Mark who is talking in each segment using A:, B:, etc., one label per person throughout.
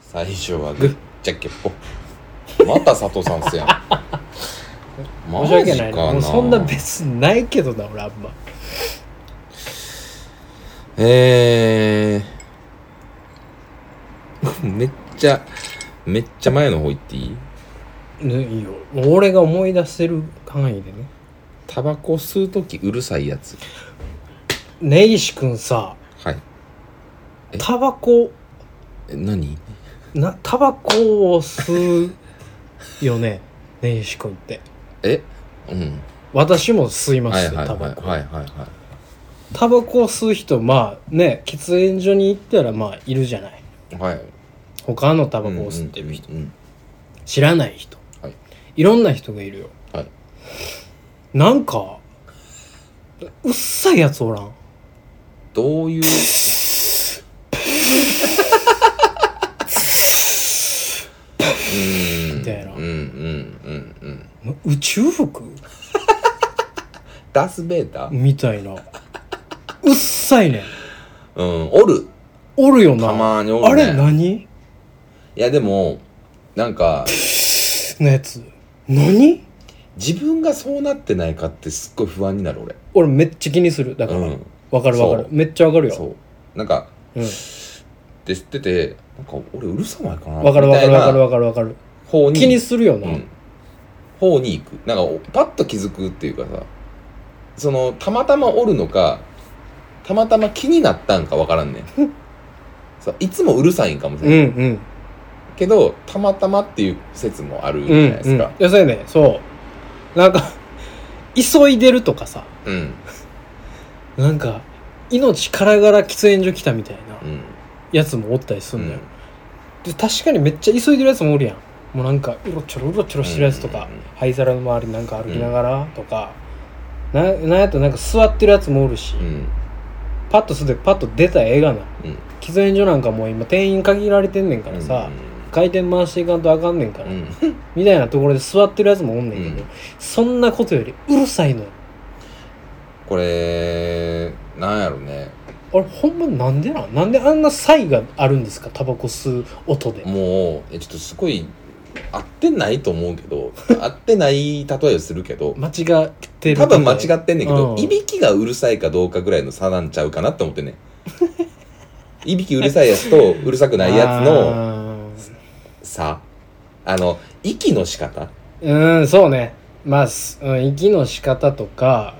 A: 最初はグッじゃけっぽまた佐藤さんっすやんマ
B: 申
A: ジ
B: し
A: か
B: 訳ないな
A: な
B: もうそんな別にないけどな俺あんま
A: えー、 めっちゃめっちゃ前の方行っていい
B: ねいいよ俺が思い出せる範囲でね
A: タバコ吸う時うるさいやつ
B: 根岸君さ
A: はいえ
B: タバコ
A: え何
B: なタバコを吸うよね根岸君って
A: えうん
B: 私も吸いま
A: はい
B: す
A: はいはい
B: よタ
A: は
B: バ
A: い
B: コ
A: はいはいはい
B: タバコを吸う人まあね喫煙所に行ったらまあいるじゃない
A: はい
B: 他のタバコを吸ってる人、
A: うんうん
B: 知らない人
A: はい
B: いろんな人がいるよ
A: はい
B: なんかうっさいやつおらん
A: どういううん
B: みたいな
A: うんうんうんうん
B: 宇宙服
A: ダースベーター
B: みたいなうっさいねん
A: うんおる
B: おるよな
A: たまにおるね
B: あれ何
A: いやでもなんか
B: のやつ何
A: 自分がそうなってないかってすっごい不安になる俺
B: 俺めっちゃ気にするだから、
A: うん
B: わかるわかる
A: そう
B: めっちゃわかるよ
A: そうなんか
B: うん
A: って知っててなんか俺うるさないかな
B: わ、かるわかるわかる
A: み
B: わかるわかる
A: たいな方に
B: 気にするよな、
A: うん、方に行くなんかおパッと気づくっていうかさそのたまたまおるのかたまたま気になったんかわからんね んそういつもうるさいんかもし
B: う
A: れ
B: ん
A: ない、
B: うん
A: けどたまたまっていう説もあるじ
B: う
A: ゃ
B: ん
A: ないです
B: うん
A: か、
B: いやそうやねそうなんか急いでるとかさ
A: うんうん
B: なんか命からがら喫煙所来たみたいなやつもおったりすんのよ、で確かにめっちゃ急いでるやつもおるやんもうなんかうろちょろうろちょろしてるやつとか、
A: うんうんうん
B: 灰皿の周りなんか歩きながらとか、ななんやったらなんか座ってるやつもおるし、
A: うんうん
B: パッとすでパッと出たらええがな
A: うん
B: 喫煙所なんかもう今店員限られてんねんからさ、回転回していかんとあかんねんから、
A: うん
B: みたいなところで座ってるやつもおんねんけど、
A: うん
B: そんなことよりうるさいのよ
A: これなんやろね
B: あれほんまなんでなんなんであんな差異があるんですかタバコ吸う音で
A: もうえちょっとすごい合ってないと思うけど合ってない例えをするけど
B: 間違ってる
A: 多分間違ってんねんけど、
B: うん
A: いびきがうるさいかどうかぐらいの差なんちゃうかなって思ってんねんいびきうるさいやつとうるさくないやつの
B: の
A: 差あの息の仕方
B: うーんそうねまあ、すうん、息の仕方とか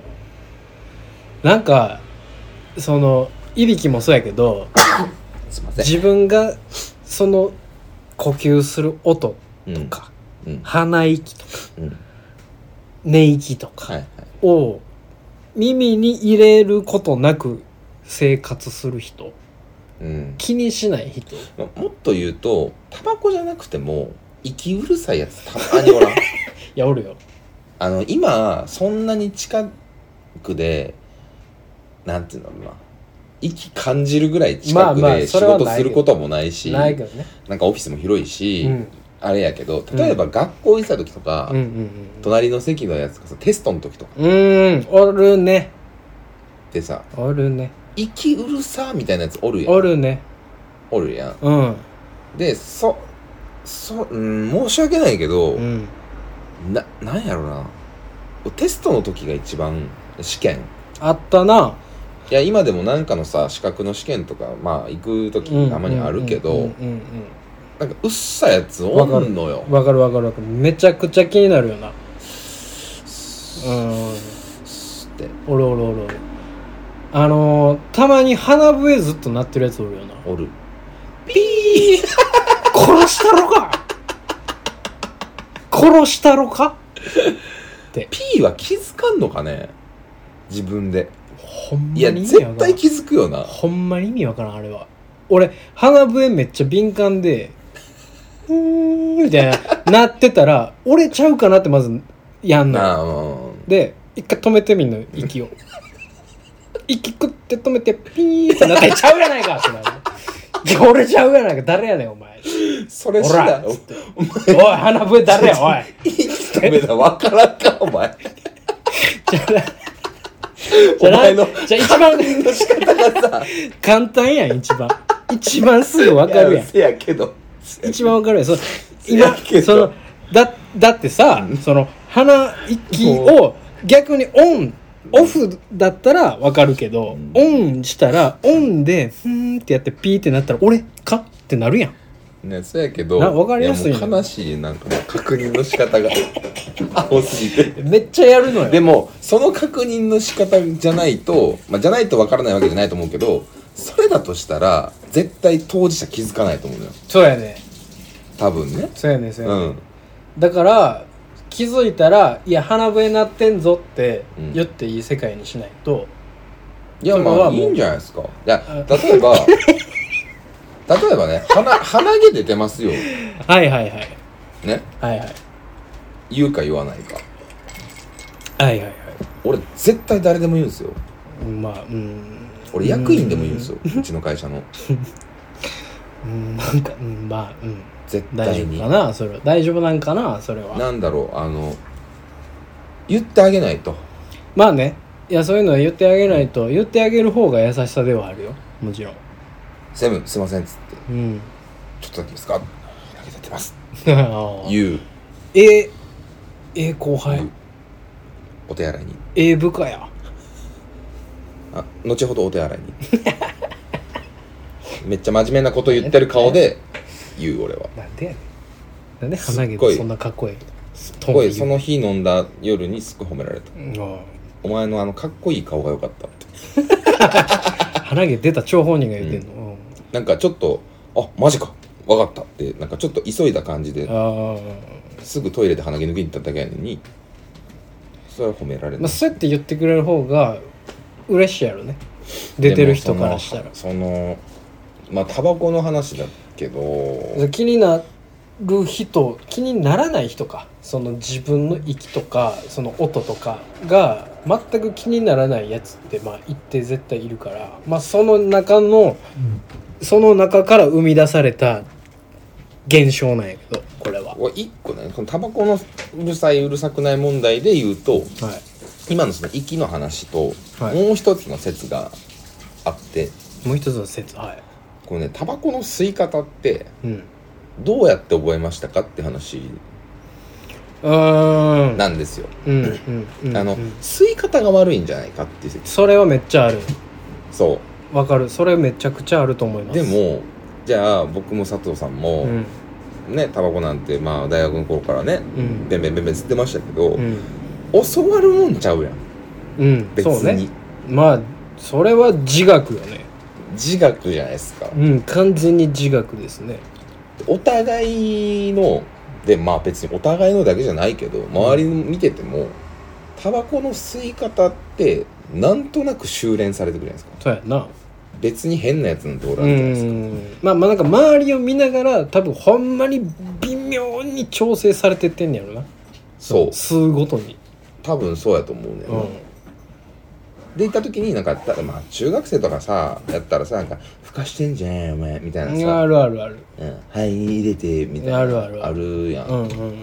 B: なんかそのいびきもそうやけど
A: すいません
B: 自分がその呼吸する音
A: うん
B: と
A: う
B: か、
A: ん
B: 鼻息とか
A: うん
B: 寝息とか、
A: はいはい
B: を耳に入れることなく生活する人
A: うん、
B: 気にしない人
A: まもっと言うとタバコじゃなくても息うるさいやつたまにお らん
B: いやおるよ
A: あの今そんなに近くでなんていうのかな息感じるぐらい
B: ま
A: 近
B: あ
A: く
B: まあ
A: で仕
B: それは
A: 事
B: ない
A: することもないし、
B: ないけどね、
A: なんかオフィスも広いし、
B: うん、
A: あれやけど例えば学校行ってた時とか、
B: うんうん
A: 隣の席のやつがさテストの時とか
B: うんうんおるね
A: ってさ
B: おるね
A: 「息うるさ」みたいなやつおるやん
B: おるね
A: おるや
B: うん
A: んでそそ、うん、申し訳ないけど、
B: うん
A: ななんやろなテストの時が一番試験
B: あったない
A: や今でもなんかのさ資格の試験とかまあ行く時
B: うん
A: たまにあるけど、
B: うんうん
A: なんかうっさいやつおんのよ
B: うんわかるわかるわかるめちゃくちゃ気になるよなうん
A: すって
B: おるおるおるおるあのー、たまに鼻笛ずっと鳴ってるやつおるよな
A: おる
B: ピー殺したろか殺したろか
A: P は気づかんのかね自分で
B: ほんま
A: い
B: に
A: や
B: 意味わ
A: 絶
B: から
A: 対
B: ん
A: 気づくよな
B: ほんまに意味わからんあれは俺鼻笛めっちゃ敏感でうーんみたいななってたら俺ちゃうかなってまずやんのよ
A: なあうん
B: で一回止めてみんの息を息くって止めてピーってなってちゃうやないかってなるいや俺ちゃうやないか誰やねんお前
A: それ
B: ほ
A: 知
B: ら
A: ら
B: っ
A: ん
B: つっておい鼻笛誰やお
A: い
B: い
A: いダメだわからんかお前
B: じゃあ
A: お前の
B: じゃあ一番
A: の仕方がさ
B: 簡単やん一番一番すぐ分かるやん
A: いせやけど
B: 一番わかるやんその
A: せや
B: 今
A: けど
B: そのだだってさ、
A: うん
B: その鼻息を逆にオンオフだったらわかるけど、
A: うん
B: オンしたらオンでふーんってやってピーってなったら俺かってなるやん
A: ね、そうやけど
B: なわかりやすいね
A: やもう悲しいなんかもう確認の仕方 が青すぎて
B: めっちゃやるのよ
A: でもその確認の仕方じゃないと、まあ、じゃないとわからないわけじゃないと思うけどそれだとしたら絶対当事者気づかないと思うのよ
B: そうやね
A: 多分ね
B: そうやねそうや
A: う
B: ね、
A: ん
B: だから気づいたら「いや鼻笛鳴ってんぞ」って
A: うん
B: 言っていい世界にしないと、
A: いや
B: それは
A: まあい
B: もう
A: いんじゃないですかいや例えば 例えばね鼻鼻毛出てますよ
B: はいはいはい
A: ね
B: はいはい
A: 言うか言わないか
B: はいはいは
A: 俺絶対誰でも言うんですよ
B: いまあうん
A: 俺役員でも言うんですようちの会社の
B: うんなんか、うん、まあうん
A: 絶
B: 大
A: 対
B: 丈
A: に
B: 夫かなそれは大丈夫なんかなそれは
A: なんだろうあの言ってあげないと
B: まあねいやそういうのは言ってあげないと言ってあげる方が優しさではあるよもちろん
A: 「セブンすいません」っつって
B: うん
A: 「ちょっとだけですか?」「投げてます
B: あ ー」
A: 言う
B: ええ後輩
A: 言うお手洗いに
B: ええ部下や
A: あ後ほどお手洗いに めっちゃ真面目なこと言ってる顔で言う俺は
B: なんでやねんなんで鼻毛
A: すっご
B: で
A: い
B: そんなかっこいい
A: すごいその日飲んだ夜にすごい褒められた
B: うん
A: 「お前のあのかっこいい顔が良かった」って
B: 鼻毛出た張本人が言ってんの、うん
A: なんかちょっと「あマジかわかった」ってなんかちょっと急いだ感じで
B: あ
A: すぐトイレで鼻毛抜きに行っただけやのにそれは褒められ
B: あ、
A: た、
B: まあ、そうやって言ってくれる方が嬉しいやろね出てる人からした
A: で
B: ら
A: もそのそのまあタバコの話だけど
B: 気になる人気にならない人かその自分の息とかその音とかが全く気にならないやつってまあ一定絶対いるからまあその中の、その中から生み出された現象なんやけどこれはは
A: これ一個ねこのタバコのうるさいうるさくない問題で言うと
B: い
A: 今のその息の話と、
B: はい
A: もう一つの説があって
B: もう一つの説はい
A: これねタバコの吸い方って
B: うん
A: どうやって覚えましたかって話
B: うーん
A: なんですよ、
B: うんうんうん
A: あの
B: うん
A: 吸い方が悪いんじゃないかっていう説
B: それはめっちゃある
A: そ
B: わかるそれめちゃくちゃあると思いうます
A: でもじゃあ僕も佐藤さんも、
B: うん
A: ねタバコなんてまあ大学の頃からね
B: うん
A: ベンベンベンベン吸ってましたけど、
B: うん、
A: 教わるもんちゃうやん
B: うん、
A: 別
B: そう
A: に、
B: ねまあそれは自学よね
A: 自学じゃないですか、
B: うん完全に自学ですね
A: お互いのでまあ別にお互いのだけじゃないけど周り見ててもタバコの吸い方ってなんとなく修練されてくるじゃないですか
B: そうやな
A: 別に変なやつなんておら
B: う
A: じゃ
B: ん
A: ないですか、
B: んまあまあなんか周りを見ながら多分ほんまに微妙に調整されてってんねやろな
A: そう
B: 数ごとに
A: 多分そうやと思うね、
B: うん
A: ん、で行った時になんかたまあ中学生とかさやったらさなんか「ふかしてんじゃんお前」みたいなさ
B: あるあるある
A: うんはい入れてみたいな
B: あるある
A: あるやん、
B: うんうんうん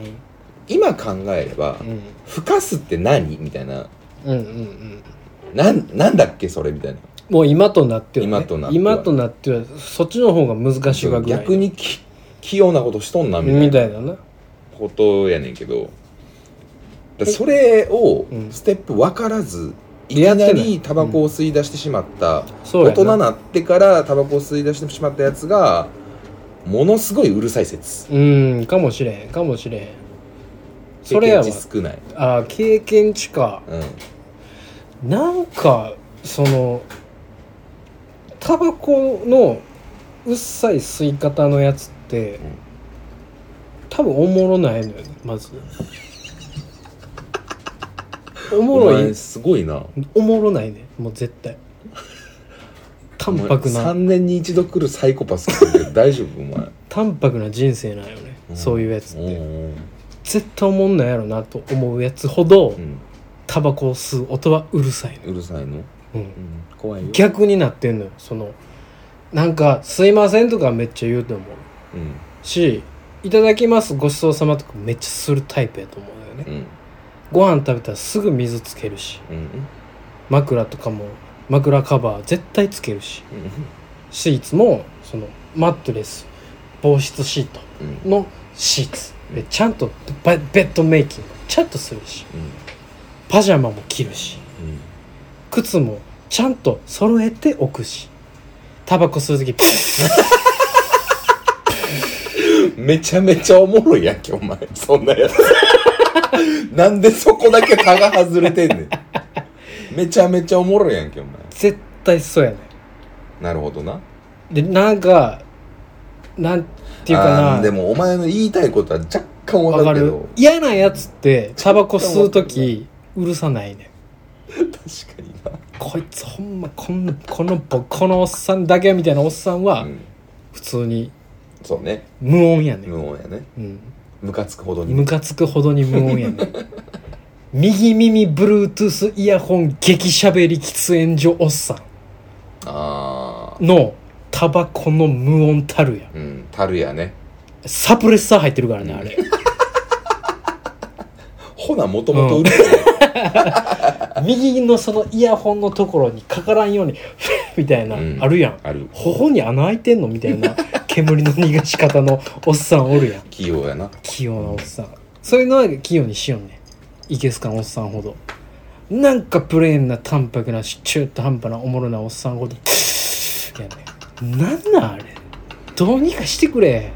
A: 今考えれば
B: うん
A: 「ふかすって何?」みたいな
B: うんうんうん
A: 「なんなんだっけそれ」みたいな
B: もう今となっては、ね、
A: 今となっては
B: 今となってはそっちの方が難しいわけ
A: 逆にき器用なことしとんなみ
B: み
A: た
B: た
A: い
B: い
A: な
B: なな
A: ことやねんけどだそれを
B: うん
A: ステップ分からずいき
B: やってな
A: ないりタバコを吸い出してしまった
B: そうや
A: 大人
B: な
A: になってからタバコを吸い出してしまったやつがものすごいうるさい説
B: うんかもしれへんかもしれへんそれやわ
A: 経験値少ない、
B: あー経験値か
A: うん、
B: なんかそのタバコのうっさい吸い方のやつって、
A: ん
B: 多分おもろないのよねまずおも
A: お
B: ろ
A: 前
B: い
A: すごいな
B: おもろないねもう絶対淡白
A: 3
B: な
A: 年に一度来るサイコパス来るけど 大丈夫お前
B: 淡白な人生なんよね、
A: ん
B: そういうやつって
A: うん
B: 絶対おもんないやろなと思うやつほど、
A: うん
B: タバコを吸う音はうるさいの、
A: うるさいの、
B: うん
A: うん、怖いよ、
B: 逆になってんのよそのなんか「すいません」とかめっちゃ言うと思う
A: うん
B: し「いただきますごちそうさま」とかめっちゃするタイプやと思うのよね
A: うん
B: ご飯食べたらすぐ水つけるし
A: うんうん
B: 枕とかも枕カバー絶対つけるし
A: うん
B: シーツもそのマットレス防湿シート
A: うんうん
B: のシーツでちゃんとベベッドメイキングちゃんとするしパジャマも着るし靴もちゃんと揃えておくしタバコ吸う時 プッ
A: うんめちゃめちゃおもろいやんけお前そんなやつ なんでそこだけ蚊が外れてんねんめちゃめちゃおもろいやんけお前
B: 絶対そうやね
A: なるほどなっ
B: んでなんかなんていうかな
A: でもお前の言いたいことは若干わ
B: わ
A: か
B: か
A: るけ
B: る
A: ど
B: 嫌なやつってタバコ吸う時うるさないねん
A: 確 かにな
B: こいつほんまこんなこのぼこのおっさんだけみたいなおっさんは
A: うん
B: 普通に
A: そうね
B: 無音やねん、
A: 無音やね
B: うん、
A: ムカつくほどに
B: ムカつくほどに無音やねん 右耳 Bluetooth イヤホン激しゃべり喫煙所おっさ
A: あ
B: んのタバコの無音たるや
A: あうん樽やね
B: サプレッサー入ってるからねあれ
A: ほなもともとうるさい、
B: 右のそのイヤホンのところにかからんように みたいな、
A: うん
B: あるやん
A: ある
B: 頬に穴開いてんのみたいな煙の逃がし方のおっさんおるやん
A: 器用やな
B: 器用なおっさんそういうのは器用にしよんねんいけすかんおっさんほどなんかプレーンな淡白な中途半端なおもろなおっさんほどやねんなんなんあれどうにかしてくれ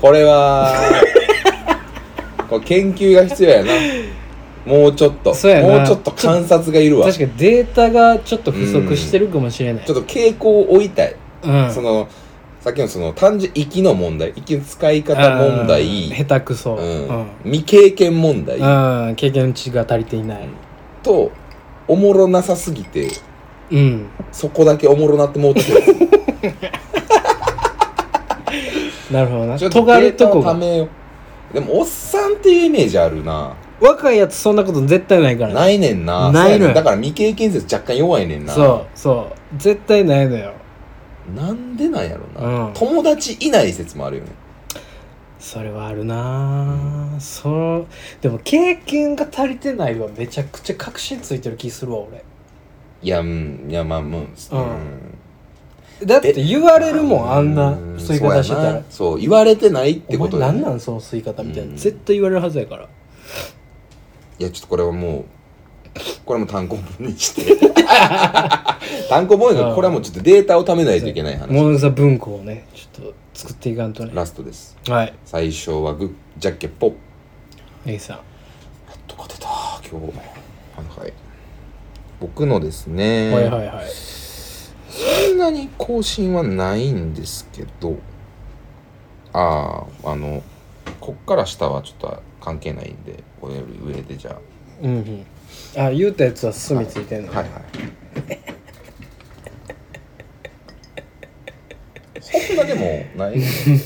A: これは これ研究が必要やなもうちょっと
B: そうやな
A: もうちょっと観察がいるわ
B: 確
A: ち
B: かにデータがちょっと不足してるかもしれない
A: ょっと傾向を追いたい、
B: うん
A: そのさっきのその単純息の問題息の使い方問
B: うん
A: 題、
B: 下手くそ、
A: う
B: うん
A: ん未経験問題
B: うん経験値が足りていない
A: とおもろなさすぎて
B: うん
A: そこだけおもろなってもうて る
B: なるほどな
A: ちょっと
B: 尖
A: デ
B: る
A: ー
B: と
A: タ
B: こ
A: を
B: が
A: ためようでもおっさんっていうイメージあるな
B: 若いやつそんなこと絶対ないからね
A: ないねんな
B: ない
A: そう
B: のよ
A: やねんだから未経験説若干弱いねんな
B: そうそう絶対ないのよ
A: なんでなんやろな、
B: うん
A: 友達いない説もあるよね
B: それはあるな、ぁそのでも経験が足りてないはめちゃくちゃ確信ついてる気するわ俺
A: いやうんいやまあもう、う
B: うんだって言われるもんあんな
A: う
B: 吸い方して
A: そう
B: た
A: や
B: ら
A: なそう言われてないっ
B: 「お
A: てこ
B: 前
A: と
B: 何
A: ね
B: なんその吸い方」みたいな、
A: うん
B: 絶対言われるはずやから
A: いやちょっとこれはもうこれも単行本にして 単行本やけ
B: う
A: ど
B: ん
A: これはもうちょっとデータを貯めないといけない話
B: モノザ文庫をねちょっと作っていかんとね
A: ラストです
B: はい
A: 最初はグッジャッケポッ
B: ネギさん
A: やっと勝てた今日はいはい僕のですね
B: はいはいはい
A: そんなに更新はないんですけど、ああ、あの、こっから下はちょっと関係ないんで、これより上でじゃ
B: うんうんあ言うたやつは
A: あ。
B: 墨ついてんの、
A: はいはい。そんなでもない。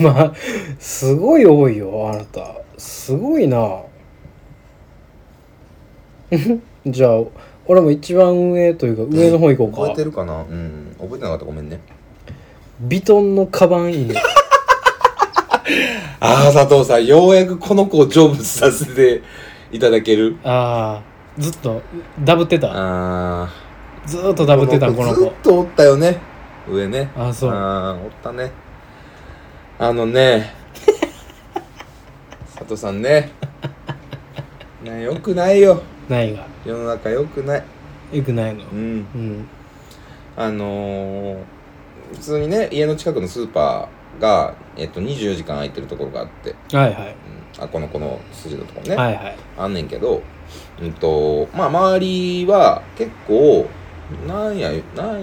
B: まあすごい多いよあなたすごいな じゃあ俺も一番上というか 上の方行こ
A: 覚え
B: う
A: て
B: か
A: るかなうん。覚えてなかったらごめんね。
B: ビトンのカバンいいね
A: ああ、佐藤さん、ようやくこの子を成仏させていただける。
B: ああずっとダブってた
A: ああ。
B: ずーっとダブってたこの
A: ずっ
B: 子
A: とおったよね。上ね。
B: あそう
A: あーおったねあの ね佐藤さんねねよくないよ
B: ないが
A: 世の中よくない
B: よくないの
A: うん
B: うん
A: あのー、普通にね家の近くのスーパーが、えっと、24時間空いてるところがあって、
B: はいはい
A: うん、あこのこの筋のところね、
B: はいはい
A: あんねんけど、うんとまあ、周りは結構なんやなん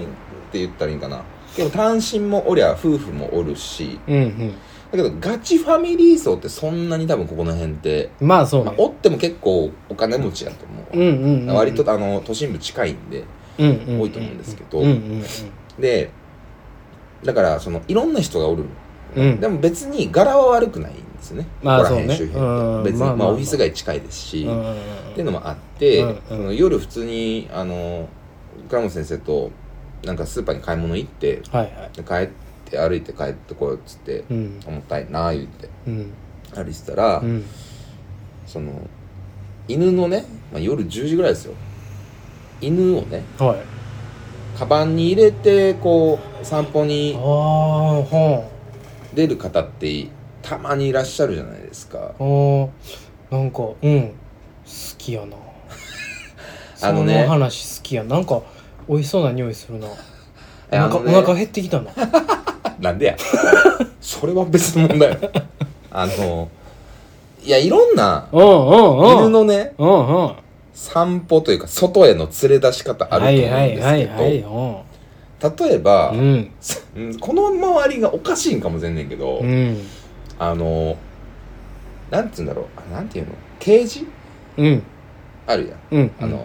A: て言ったらいいんかな結構単身もおりゃ夫婦もおるし
B: うんうん
A: だけどガチファミリー層ってそんなに多分ここの辺って、
B: まあそう
A: まあ
B: ね、
A: おっても結構お金持ちやと思う
B: うん
A: わ、
B: うん、うん、
A: 割とあの都心部近いんで
B: うんうんうん
A: 多いと思うんですけど
B: うんうん
A: でだからそのいろんな人がおる
B: うんうん
A: でも別に柄は悪くないんですよね、
B: まあ
A: ここら辺
B: そう
A: 周
B: ね
A: 辺
B: う
A: っ
B: ん
A: て別に、
B: ま
A: ま
B: あ
A: あ
B: まあまあ
A: オフィス街近いですし、
B: うんうん
A: っていうのもあって、
B: うんうん
A: その夜普通にあの倉本先生となんかスーパーに買い物行って
B: はいはい
A: で帰って歩いて帰ってこようっつって
B: うん
A: 重たいなあ言って
B: うん
A: 歩いてたら、
B: うん
A: その犬のね、まあ、夜10時ぐらいですよ犬をね
B: はい
A: カバンに入れてこう散歩に
B: ああほ
A: 出る方ってたまにいらっしゃるじゃないですか
B: あーなんかうん好きやな
A: あ
B: あ
A: の
B: の
A: ね
B: ねその話好きやなんか美味しそうな匂いするな
A: え
B: なんか、
A: あのね
B: お腹減ってきたな
A: なん でやそれは別の問題やあのいやいろんな
B: うんうんう
A: 犬
B: んうんうん
A: のね
B: は
A: 散歩というか外への連れ出し方あると思うん
B: い
A: ですけど、
B: はいはいはいうん
A: 例えば、
B: うん
A: うんこの周りがおかしいんかもしれんねんけど、
B: うん
A: あのなんつうんだろうあなんていうのケージ
B: うん
A: あるやん、
B: うん
A: あの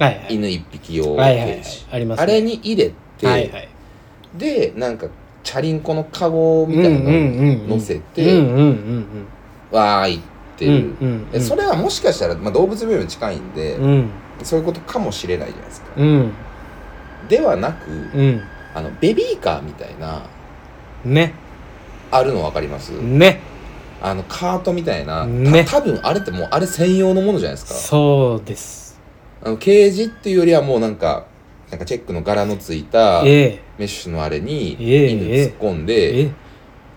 B: はいはい
A: 犬一匹用ケージ、
B: はいはいはいありますね
A: あれに入れて、
B: はいはい
A: でなんかチャリンコのカゴみたいなの乗せて
B: うんうんうん
A: わーいって
B: うん
A: い
B: うん
A: う、
B: うん
A: えそれはもしかしたら、まあ、動物病院も近いんで、
B: うん
A: そういうことかもしれないじゃないですか、
B: うん
A: ではなく、
B: うん
A: あのベビーカーみたいな
B: ね
A: あるの分かります、
B: ね
A: あのカートみたいな、
B: ね
A: た多分あれってもうあれ専用のものじゃないですか
B: そうです
A: あのケージっていうよりはもうなんかなんかチェックの柄のついたメ
B: え
A: ッシュのあれに犬
B: ええ
A: 突っ込ん
B: え
A: で、
B: ええ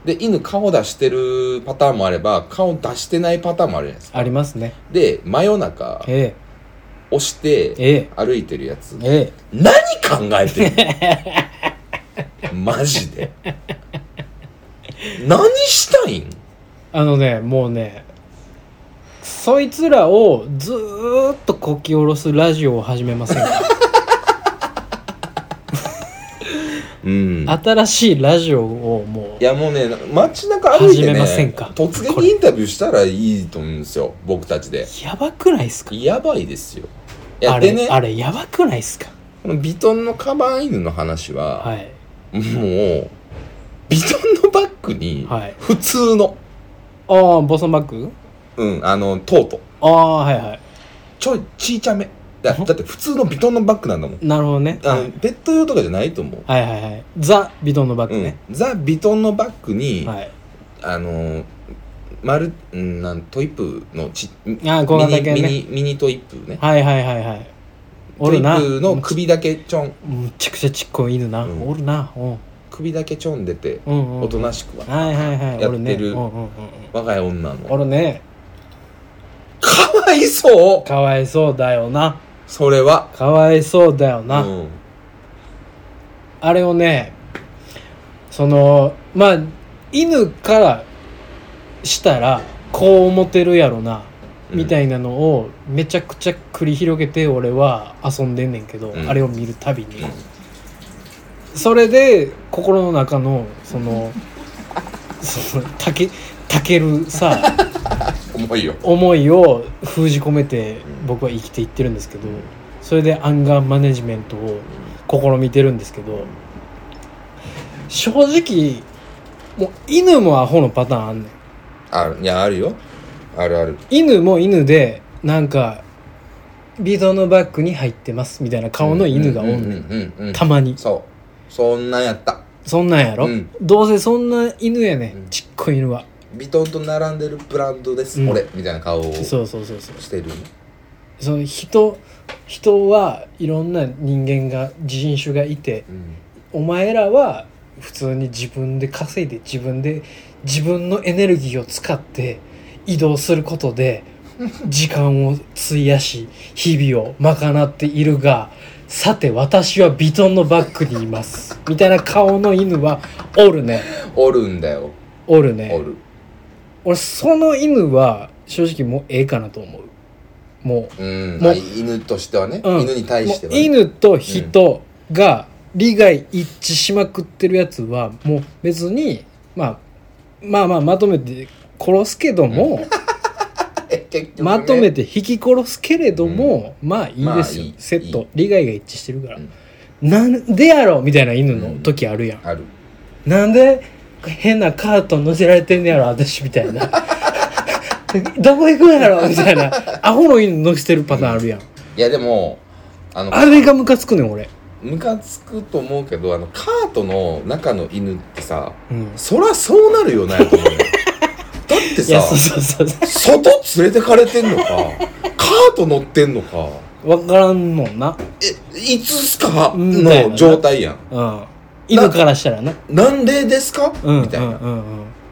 A: で犬顔出してるパターンもあれば顔出してないパターンもあるじゃないですか
B: ありますね
A: で真夜中
B: え
A: 押して
B: ええ
A: 歩いてるやつ
B: ええ
A: 何考えてるの マジで何したいん
B: あのねもうねそいつらをずーっとこき下ろすラジオを始めませんか
A: うん
B: 新しいラジオをも
A: いやもうね街中歩いて
B: 始め
A: ね
B: ませんか
A: 突
B: こ
A: 撃
B: れ
A: インタビューしたらいいと思うんですよ僕たちで
B: うやばくないっすか
A: やばいですよいや
B: あ
A: で
B: れ
A: ね
B: あれやばくないっすか
A: このビトンのカバン犬の話は、
B: はい
A: もうビトンのバッグに
B: はい
A: 普通の、
B: ああボサマック
A: うんあのトート
B: ああはいはい
A: ちょいちいちゃめだだって普通のビトンのバッグなんだもん
B: なるほどね
A: あ
B: は
A: のペット用とかじゃないと思う、
B: いはいはいザ・ビトンのバッグ
A: うん
B: ね、、
A: ザ・ビトンのバッグに、
B: はい
A: あのー丸うんなんトイプーのちミ
B: ああ小型
A: ニ
B: 犬
A: ミ
B: ね
A: ニミニトイプーね
B: はいはいはいはいお
A: トイ
B: る
A: プ
B: な
A: ーの首だけちょん
B: むちゃくちゃちっこい犬な、
A: うん
B: おるなうん
A: 首だけちょん出て
B: うんうん
A: おとなしくは、
B: はいはいはい
A: や
B: お
A: ってる
B: るねうんうんうんうん
A: 若い女の
B: おるね
A: かわいそう
B: かわいそうだよな
A: それは
B: かわいそうだよな、
A: うん
B: あれをねそのまあ犬からしたらこう思ってるやろな、みたいなのをめちゃくちゃ繰り広げて俺は遊んでんねんけど、
A: うん
B: あれを見るたびに、それで心の中のそのそのたけたけるさ
A: 重いよ
B: 思いを封じ込めて僕は生きていってるんですけどそれでアンガーマネジメントを試みてるんですけど正直もう犬もアホのパターンあんねん
A: あるいやあるよあるある
B: 犬も犬でなんかビドのバッグに入ってますみたいな顔の犬がおんねん,、
A: うんうんうんうん
B: たまに
A: そうそんなんやった
B: そんなんやろ、
A: うん
B: どうせそんな犬やね
A: うん
B: んちっこい犬は
A: ビトンと並んでるブランドです、
B: うん
A: 俺みたいな顔をし
B: そうそうそうそう
A: てる
B: その人人はいろんな人間が人種がいて、
A: うん
B: お前らは普通に自分で稼いで自分で自分のエネルギーを使って移動すること で時間を費やし日々を賄っているがさて私はビトンのバッグにいますみたいな顔の犬はおるね
A: おるんだよ
B: おるね
A: おる
B: 俺その犬は正直もうええかなと思うも
A: うん
B: もう
A: あ犬としてはね、
B: うん
A: 犬に対
B: うも
A: して
B: う
A: はね、
B: 犬と人が利害一致しまくってるやつはもう別に、まあ、まあまあまとめて殺すけども、
A: 結局ね
B: まとめて引き殺すけれども、まあいいですよ、
A: まあいい
B: セット
A: いい
B: 利害が一致してるから、
A: うん
B: なんでやろみたいな犬の時あるやん、
A: ある
B: なんで変なカート乗せられてんねやろ私みた いなどこ行くんやろみたいなアホの犬乗せてるパターンあるやん、
A: いやでもあの
B: あれがムカつくねん俺、
A: ムカつくと思うけどあのカートの中の犬ってさ
B: うん、
A: そらそうなるよなやと思う よだって
B: いや
A: さ
B: そうそうそうそ
A: 外連れてかれてんのかカート乗ってんのか
B: うわからんもんな
A: えいつっすか
B: うんだよ
A: の
B: な
A: 状態やん
B: うん犬からしたらな
A: なんでですか、
B: うん
A: みたいな
B: うんうん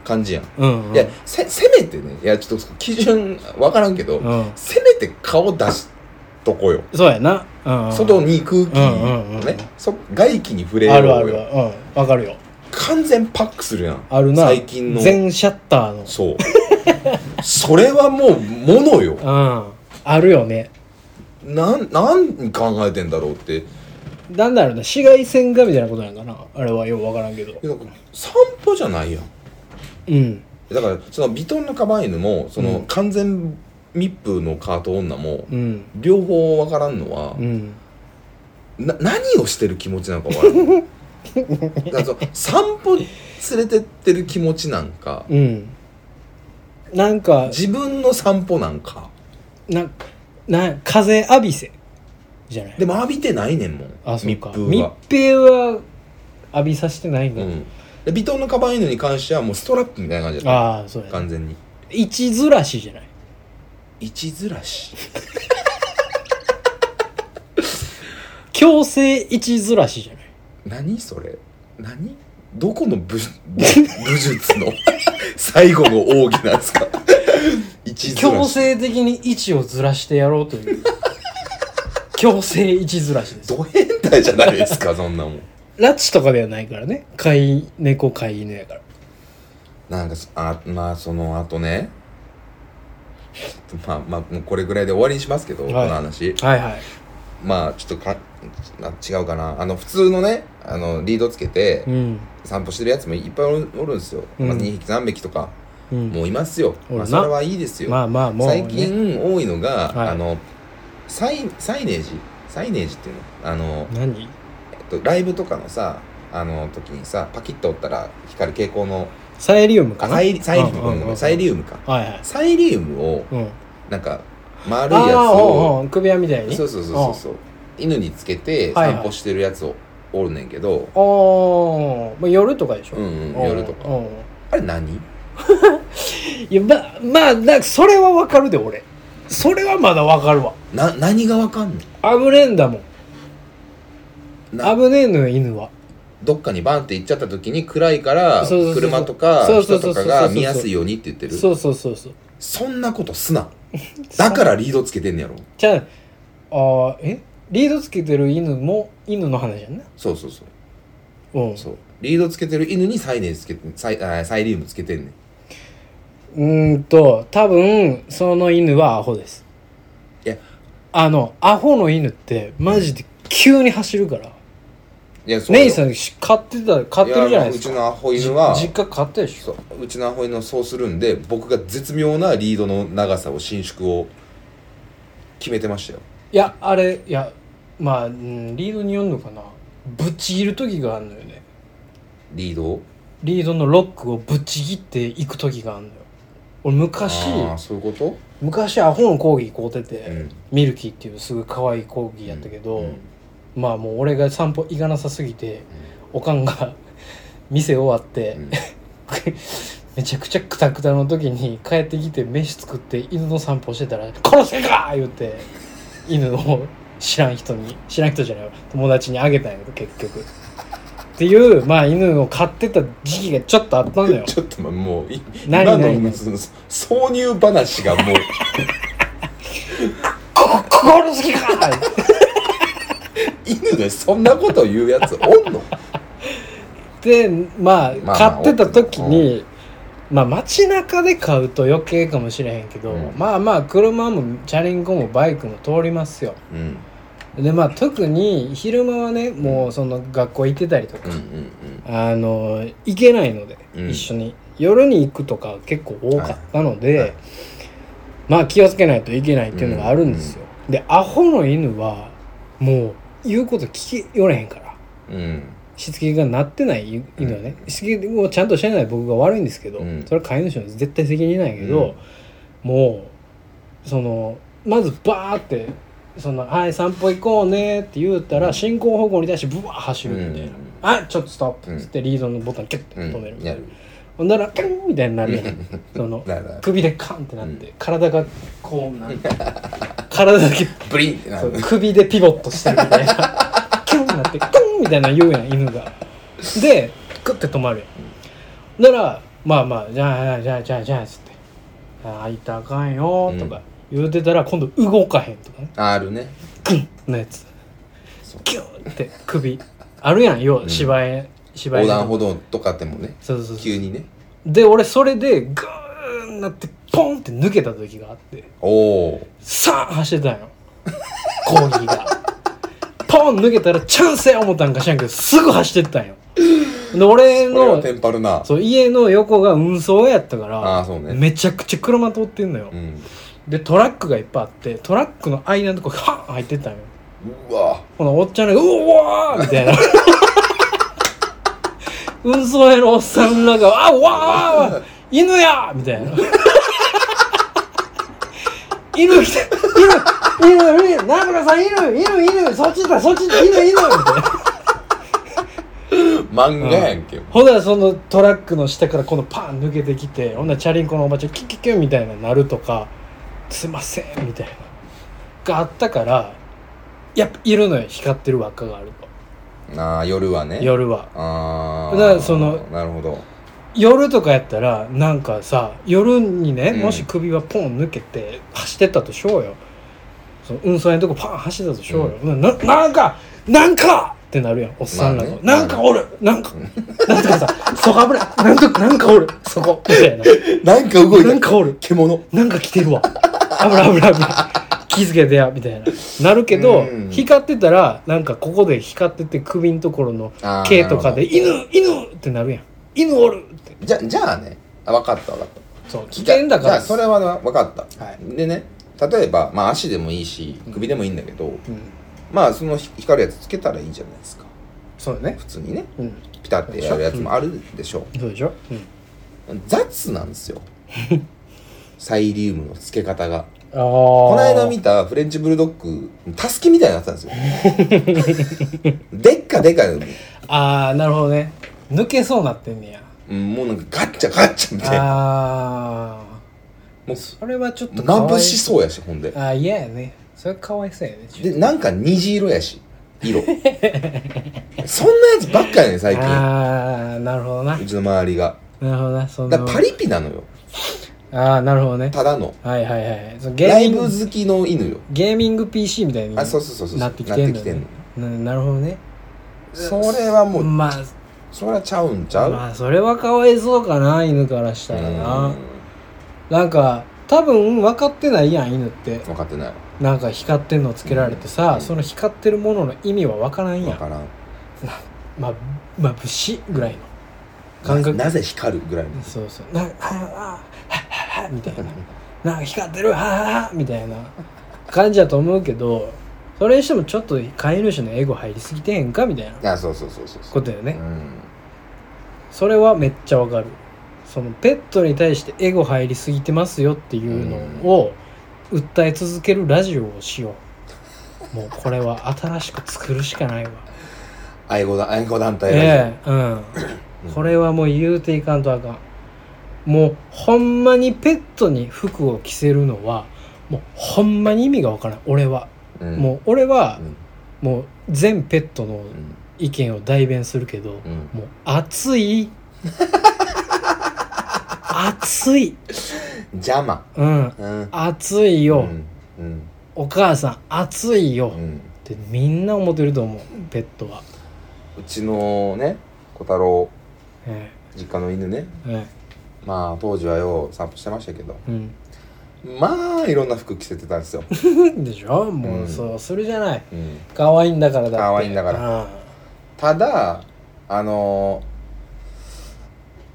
A: 感じやん、
B: うんうん
A: いやせせめてねいやちょっと基準わからんけど、
B: うん
A: せめて顔出しとこよ
B: そうやな、うんうん、
A: 外に空気
B: うんうんうんう
A: を
B: ん
A: ねそ外気に触れようよ
B: あるあるあるうんわかるよ
A: 完全パックするやん
B: あるな
A: 最近の
B: 全シャッターの
A: そうそれはもうものよ
B: うんあるよね
A: なん何考えてんだろうって
B: なんだろうな紫外線がみたいなことなんかなあれはよくわからんけど
A: いや散歩じゃないやん
B: うん
A: だからそのヴィトンのカバン犬もその、
B: うん
A: 完全密封のカート女も、
B: うん
A: 両方わからんのは
B: う、ん
A: な何をしてる気持ちなのかわからんだ からその散歩連れてってる気持ちなんか
B: うんなんか
A: 自分の散歩なんか
B: なな風浴びせじゃない
A: でも浴びてないねんもん
B: あそう
A: 密
B: か
A: 封は
B: 密閉は浴びさせてないん
A: う
B: だ、
A: んでヴィトンのカバン犬に関してはもうストラップみたいな感じだっ
B: ああそう
A: た
B: や、ね、
A: 完全に
B: 位置ずらしじゃない
A: 位置ずらし
B: 強制位置ずらしじゃない
A: 何それ何どこの武 武術の最後の奥義なんですか一途な
B: 強制的に位置をずらしてやろう という強制位置ずらしです
A: ド変態じゃないですかそんなもん
B: 拉致とかではないからね飼い猫飼い犬やから
A: なんかそあまあその後ねちょっとまあまあもうこれぐらいで終わりにしますけど、
B: はい
A: この話
B: はいはい
A: まあちょっとかあ違うかなあの普通のねあのリードつけて
B: うん
A: 散歩してるやつもいっぱいおるおるんですよ、ま
B: う
A: あ、
B: ん
A: 2匹3匹とか
B: うん
A: もういますよ、
B: お
A: ま
B: るな
A: あ、それはいいですよ、
B: まあまあもう、ね、
A: 最近多いのが、
B: はい
A: あのサイサイネージサイネージっていうのあの、
B: 何
A: えっと、ライブとかのさあの時にさパキッと折ったら光る蛍光の
B: サイリウムか
A: あ
B: な
A: サイリサイリウム
B: うん
A: ご
B: う
A: め
B: ん
A: ん
B: うん
A: ごめんサイリウムか
B: はいはい
A: サイリウムを
B: うん
A: なんか丸いやつ
B: ああおう
A: を
B: おう首輪みたいに
A: そうそうそうそうそう犬につけて
B: はいはい
A: 散歩してるやつをおるねんけど、
B: おーまあ夜とかでしょ、
A: うんうん
B: お
A: 夜とか
B: おう
A: あれ何
B: いやまあまあなんかそれはわかるで俺それはまだわかるわ
A: な何がわかんの
B: 危ねえんだもん
A: な
B: 危ねえのよ犬は
A: どっかにバンって行っちゃった時に暗いから
B: そうそうそうそう
A: 車とか
B: そうそ
A: 人
B: うそ
A: と
B: うそう
A: かが見やすいようにって言ってる
B: そうそうそうそう
A: そんなこと すな。だからリードつけてんねやろ。
B: じゃああーえリードつけてる犬も犬の話やんな
A: そうそうそう。
B: うん
A: そうリードつけてる犬にサイネーつけてサイあサイリウムつけてんねん。
B: うーんと多分その犬はアホです
A: いや
B: あのアホの犬ってマジで急に走るから
A: いや、そうよ。
B: ネイさんし飼ってた飼ってるじゃないです
A: やまあうちのア
B: か
A: ホ犬は、
B: じ実家飼ったでし
A: そ
B: ょ
A: ううちのアホ犬はそうするんで、僕が絶妙なリードの長さを、伸縮を決めてましたよ。
B: いやあれいやまあ、うん、リードによるのかなぶっちぎる時があるのよね
A: リードを。
B: リードのロックをぶっちぎっていく時があるのよ俺昔
A: ああ、そういうこと
B: 昔アホのコーギー買うてて、
A: うん
B: ミルキーっていうすごい可愛いコーギーやったけど、
A: うんうん
B: まあもう俺が散歩行かなさすぎておかんが 店終わって、
A: うん
B: めちゃくちゃクタクタの時に帰ってきて飯作って犬の散歩してたら「殺せんか!」言って犬を知らん人に知らん人じゃないわ友達にあげたんやけど結局。っていうまあ犬を飼ってた時期がちょっとあったのよ。
A: ちょっとまもうい
B: 何
A: 今
B: 何
A: の
B: 何
A: その挿入話がもう
B: こ心好きか
A: 犬でそんなこと言うやつおんの
B: でまあ、
A: まあ
B: 買ってた時に、まあ街中で買うと余計かもしれへんけど、
A: うん
B: まあまあ車もチャリンコもバイクも通りますよ
A: うん
B: でまあ特に昼間はねもうその学校行ってたりと
A: う
B: か
A: んう、ん
B: あの行けないので、
A: うん
B: 一緒に夜に行くとか結構多かったので、
A: はいはい
B: まあ気をつけないといけないっていうのがあるんですよ、でアホの犬はもう言うこと聞きよれへんから
A: うんうん
B: しつけがなってない犬はね、しつけをちゃんとしてない僕が悪いんですけど、
A: うん
B: それは飼い主の絶対責任なんやけど、もうそのまずバーって「そのはい散歩行こうね」って言ったら、進行方向に対してブワー走るみた
A: う
B: いな
A: ん
B: 「はいちょっとストップ」
A: うん
B: っつってリードのボタンキュッて止める、
A: うんやる
B: ほんならキュンみたいになるやん、その
A: なるなる
B: 首でカンってなって、体がこうなんか体だけ
A: ブリンってな
B: そ
A: る
B: う首でピボットしてるみたいなキュンになってキュンみたいなの言うやん犬がでクッて止まるやんならまあまあじゃあじゃあじゃあじゃあつって「ああいたらあかんよ」とか言うてたら今度動かへんとかね
A: あるね
B: グンのやつギューって首あるやんよ
A: うん
B: 芝居芝居
A: 横断
B: の
A: 歩道とかでもね
B: そうそうそう
A: 急にね
B: で俺それでグーンなってポンって抜けた時があって
A: おお
B: さあ走ってたんよコーギーがポン抜けたらチャンスや思ったんか知らんけどすぐ走ってったんよで俺
A: これは
B: の
A: テンパるな
B: そう家の横が運送やったから
A: あーそうね
B: めちゃくちゃ車通ってんのよ、
A: うん
B: でトラックがいっぱいあってトラックの間のとこハン入ってったんよ
A: うわ
B: このおっちゃんが「うわ!」みたいな 運送屋のおっさんらが「あうわー犬や!」みたいな「犬来て犬犬犬なんとかさん犬犬犬そっちだそっちだ犬犬」みたいな
A: 漫画やんけ
B: ほんならそのトラックの下からこのパン抜けてきてほんならチャリンコのおばちゃんキュッキュッキュッみたいななるとか「すいません」みたいながあったからやっぱいるのよ光ってる輪っかがある
A: ああ夜は
B: と
A: ね
B: 夜は。
A: ああ
B: だからその
A: なるほど
B: 夜とかやったらなんかさ夜にね
A: うん
B: もし首がポン抜けて走ってったとしようよその運送屋のとこパン走ってたとしようよ、ななんかなんかってなるやんおっさんらが、
A: まあね
B: なんかおるなんかなんとかさそこ危ないなんとかなんかおるそこみたいな
A: なんか動いた
B: なんかおる
A: 獣
B: なんか来てるわ危ない危ない危ない気づけてやみたいななるけど、
A: うん
B: 光ってたらなんかここで光ってて首のところの
A: あー
B: 毛とかで
A: なる
B: 犬犬ってなるやん犬おるって
A: ほどじゃじゃあねあ分かった分かった
B: そう危険だか
A: じ
B: ら
A: ゃあそれはな分かった、
B: はい
A: でね例えば、まあ、足でもいいし首でもいいんだけど、
B: うん、
A: まあその光るやつつけたらいいじゃないですか
B: そうだね
A: 普通にね
B: うん
A: ピタってやるやつもあるでしょ
B: そうでしょ、うん、
A: う、雑なんです よサイリウムのつけ方が
B: ああこ
A: この間見たフレンチブルドッグタスキみたいになってたんです よでっかでっかで
B: ああなるほどね抜けそうなってんねや
A: うんもうなんかガッチャガッチャみたいな
B: あ
A: もう
B: あそれはちょっとかわい
A: 眩しそうやしほんで
B: ああ嫌やねそれかわいそうやねちょっと
A: でなんか虹色やし色そんなやつばっかやねん最近
B: ああなるほどな
A: うちの周りが
B: なるほどなそ
A: だ
B: の
A: からパリピなのよ
B: ああなるほどね
A: ただの
B: はいはいはいそのゲ
A: ラ
B: ー
A: イ
B: ミ
A: ブ
B: ング
A: 好きの犬よ
B: ゲーミング PC みたいに
A: あそうそうそうそう
B: なってきてんの,、
A: なってきてんの
B: ななるほどね
A: それはもう
B: ま
A: それはちゃうんちゃ
B: あ
A: う、
B: まあそれはかわいそうかな犬からしたらな、なんか多分分かってないやん犬って
A: 分かってない
B: なんか光ってんのつけられてさ、
A: うん
B: その光ってるものの意味は分からんや
A: 分
B: ん
A: からん
B: まあまぶしぐらいの感覚
A: ななぜ光るぐらいの
B: そうそうなはあはあはあはあみたい ななんか光ってるはあはあみたいな感じだと思うけどそれにしてもちょっと飼い主のエゴ入りすぎてへんかみたいな
A: あそうそうそうそうそ
B: こ
A: う
B: とよ
A: う
B: ね、
A: ん
B: それはめっちゃわかるそのペットに対してエゴ入りすぎてますよっていうのを訴え続けるラジオをしようもうこれは新しく作るしかないわ
A: 愛護だ愛護団体ラジ
B: ええうんこれはもう言うていかんとあかんもうほんまにペットに服を着せるのはもうほんまに意味がわからん俺は、
A: オうん
B: もう俺は
A: うん
B: もう全ペット
A: う
B: の
A: ん
B: 意見を代弁するけど、
A: うん
B: もう暑い 暑い
A: 邪魔
B: うん
A: うん
B: 暑いよ、
A: うんうん
B: お母さん暑いよ、
A: う
B: っ
A: ん
B: てみんな思ってると思うペットは、
A: うちのね小太郎
B: え
A: 実家の犬ね
B: ええ
A: まあ当時はよう散歩してましたけど
B: えうん
A: まあいろんな服着せてたんですよ、
B: でしょもう、
A: うん
B: そうするじゃない
A: うん、
B: 可愛いんだからだって、
A: 可愛いんだからただあの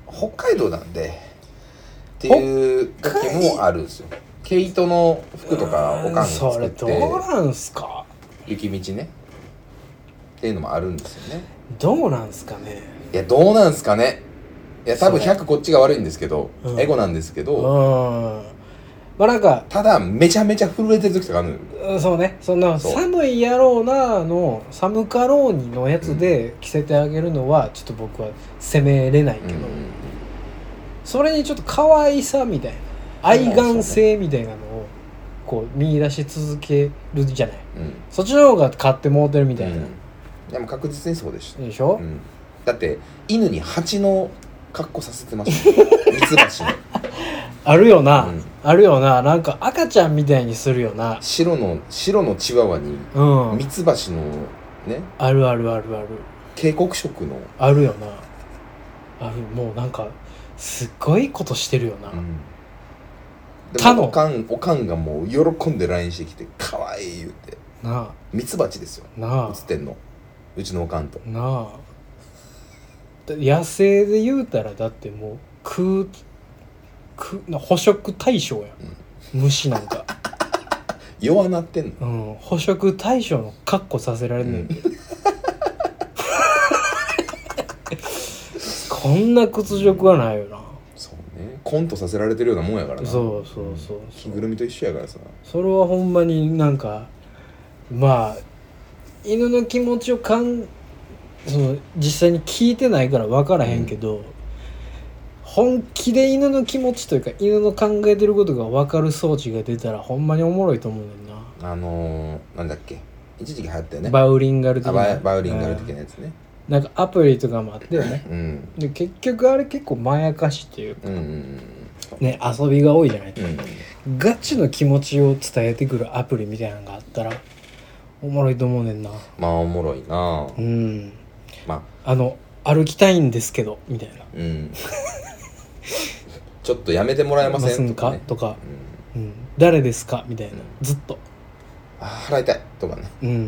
A: ー北海道なんでっていう時もあるんですよ毛糸の服とかおかんが
B: そ
A: 作
B: れ
A: っ
B: ど
A: て
B: うなんすか
A: 雪道ねっていうのもあるんですよね
B: どうなんすかね
A: いやどうなんすかねいや多分
B: そう
A: 100こっちが悪いんですけど、
B: うん
A: エゴなんですけ
B: うん
A: ど
B: まあなんか
A: ただめちゃめちゃ震えてる時とかあるのよ
B: うんそうねそんな
A: そう
B: 寒いやろうなの寒かろうにのやつで着せてあげるのはちょっと僕は責めれない
A: う
B: けど、
A: ん
B: それにちょっと可愛さみたいな愛玩性みたいなのをこう見出し続けるじゃない
A: うん
B: そっちの方が買ってもうてるみたいな、
A: うんでも確実にそうでした
B: でしょ、
A: うんだって犬に蜂の格好させてましたよミツバチの
B: あるよな、
A: うん
B: あるよななんか赤ちゃんみたいにするよな
A: 白の白のチワワに
B: うん
A: ミツバチのね
B: あるあるあるある
A: 警告色の、
B: あるよなあるもうなんかすっごいことしてるよな、
A: うん
B: 他
A: で
B: の
A: もおかんおかんがもう喜んで LINE してきて「かわいい」言って
B: な
A: ミツバチですよ
B: あなあ
A: 映ってんのうちのおかんと
B: なあだ野生で言うたらだってもう食う食うな捕食対象や、ん、虫なん か、
A: 弱なってんの
B: うん、捕食対象の格好させられんねん、 こんな屈辱はないよな、
A: そうねコントさせられてるようなもんやからな
B: そうそうそうそ
A: 着ぐ
B: う
A: るみと一緒やからさ
B: それはほんまになんかまあ犬の気持ちをかんその実際に聞いてないから分からへんけど、本気で犬の気持ちというか犬の考えてることが分かる装置が出たらほんまにおもろいと思うねんな、
A: あのー、なんだっけ一時期流行ったよね
B: バウリンガル的
A: あ
B: な
A: バイバイオリンガル
B: う
A: 的
B: ん
A: なやつね
B: なんかアプリとかもあったよね
A: うん
B: で結局あれ結構まやかしっていう
A: うんうん
B: ね遊びが多いじゃない
A: うんうん
B: ガチの気持ちを伝えてくるアプリみたいなのがあったらおもろいと思うねんな
A: まあおもろいなあ
B: うん
A: まあ
B: あの歩きたいんですけどみたいな
A: うんちょっとやめてもらえません
B: ん
A: とか
B: か
A: ね
B: とか、
A: うん
B: うん、誰ですかみたいなずっと
A: あー払いたいとかね
B: うん
A: いいい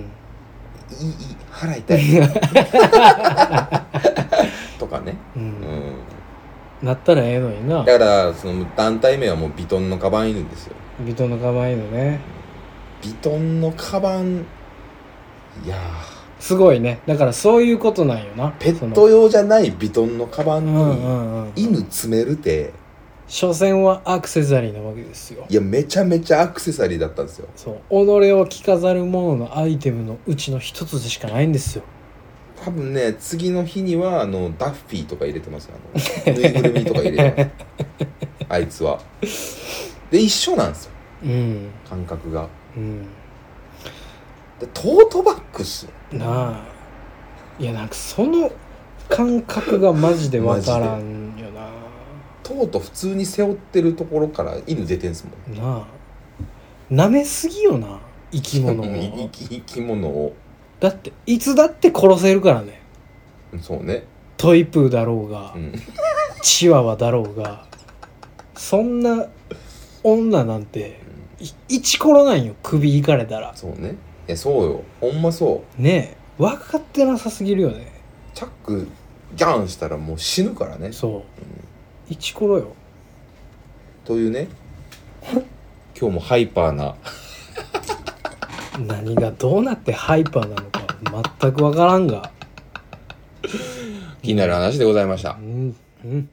A: い払いたい とかね
B: う、
A: うんん
B: なったらええのにな
A: だからその団体名はもうビトンのカバンいるんですよ
B: 人の構えのね
A: ビトンのカバンいや
B: すごいねだからそういうことなんよな
A: ーペ
B: そ
A: ッ
B: の
A: ト用じゃないビトンのカバ
B: う
A: ン
B: んう
A: に
B: んうん
A: 犬詰めるて
B: 所詮はアクセサリーなわけですよ
A: いやめちゃめちゃアクセサリーだったんですよ
B: そう己を着飾るもののアイテムのうちの一つでしかないんですよ
A: 多分ね次の日にはあのダッフィーとか入れてますよ あのぬいぐるみとか入れてますあいつはで一緒なんですよ
B: うん
A: 感覚が
B: うん
A: でトートバッグっすよ
B: なあいやなんかその感覚がマジで分からんよな
A: とうとう普通に背負ってるところから犬出てんすもん
B: なあ舐めすぎよな生き物
A: 生
B: を
A: き生き物を
B: だっていつだって殺せるからね
A: そうね
B: トイプーだろうが
A: うん
B: チワワだろうがそんな女なんてい一頃なんよ首いかれたら
A: そうねいやそうよほんまそう
B: ねえ分かってなさすぎるよね
A: チャックギャンしたらもう死ぬからね
B: そう一頃よ
A: という ね今日もハイパーな
B: 何がどうなってハイパーなのか全く分からんが
A: 気になる話でございました
B: うんうん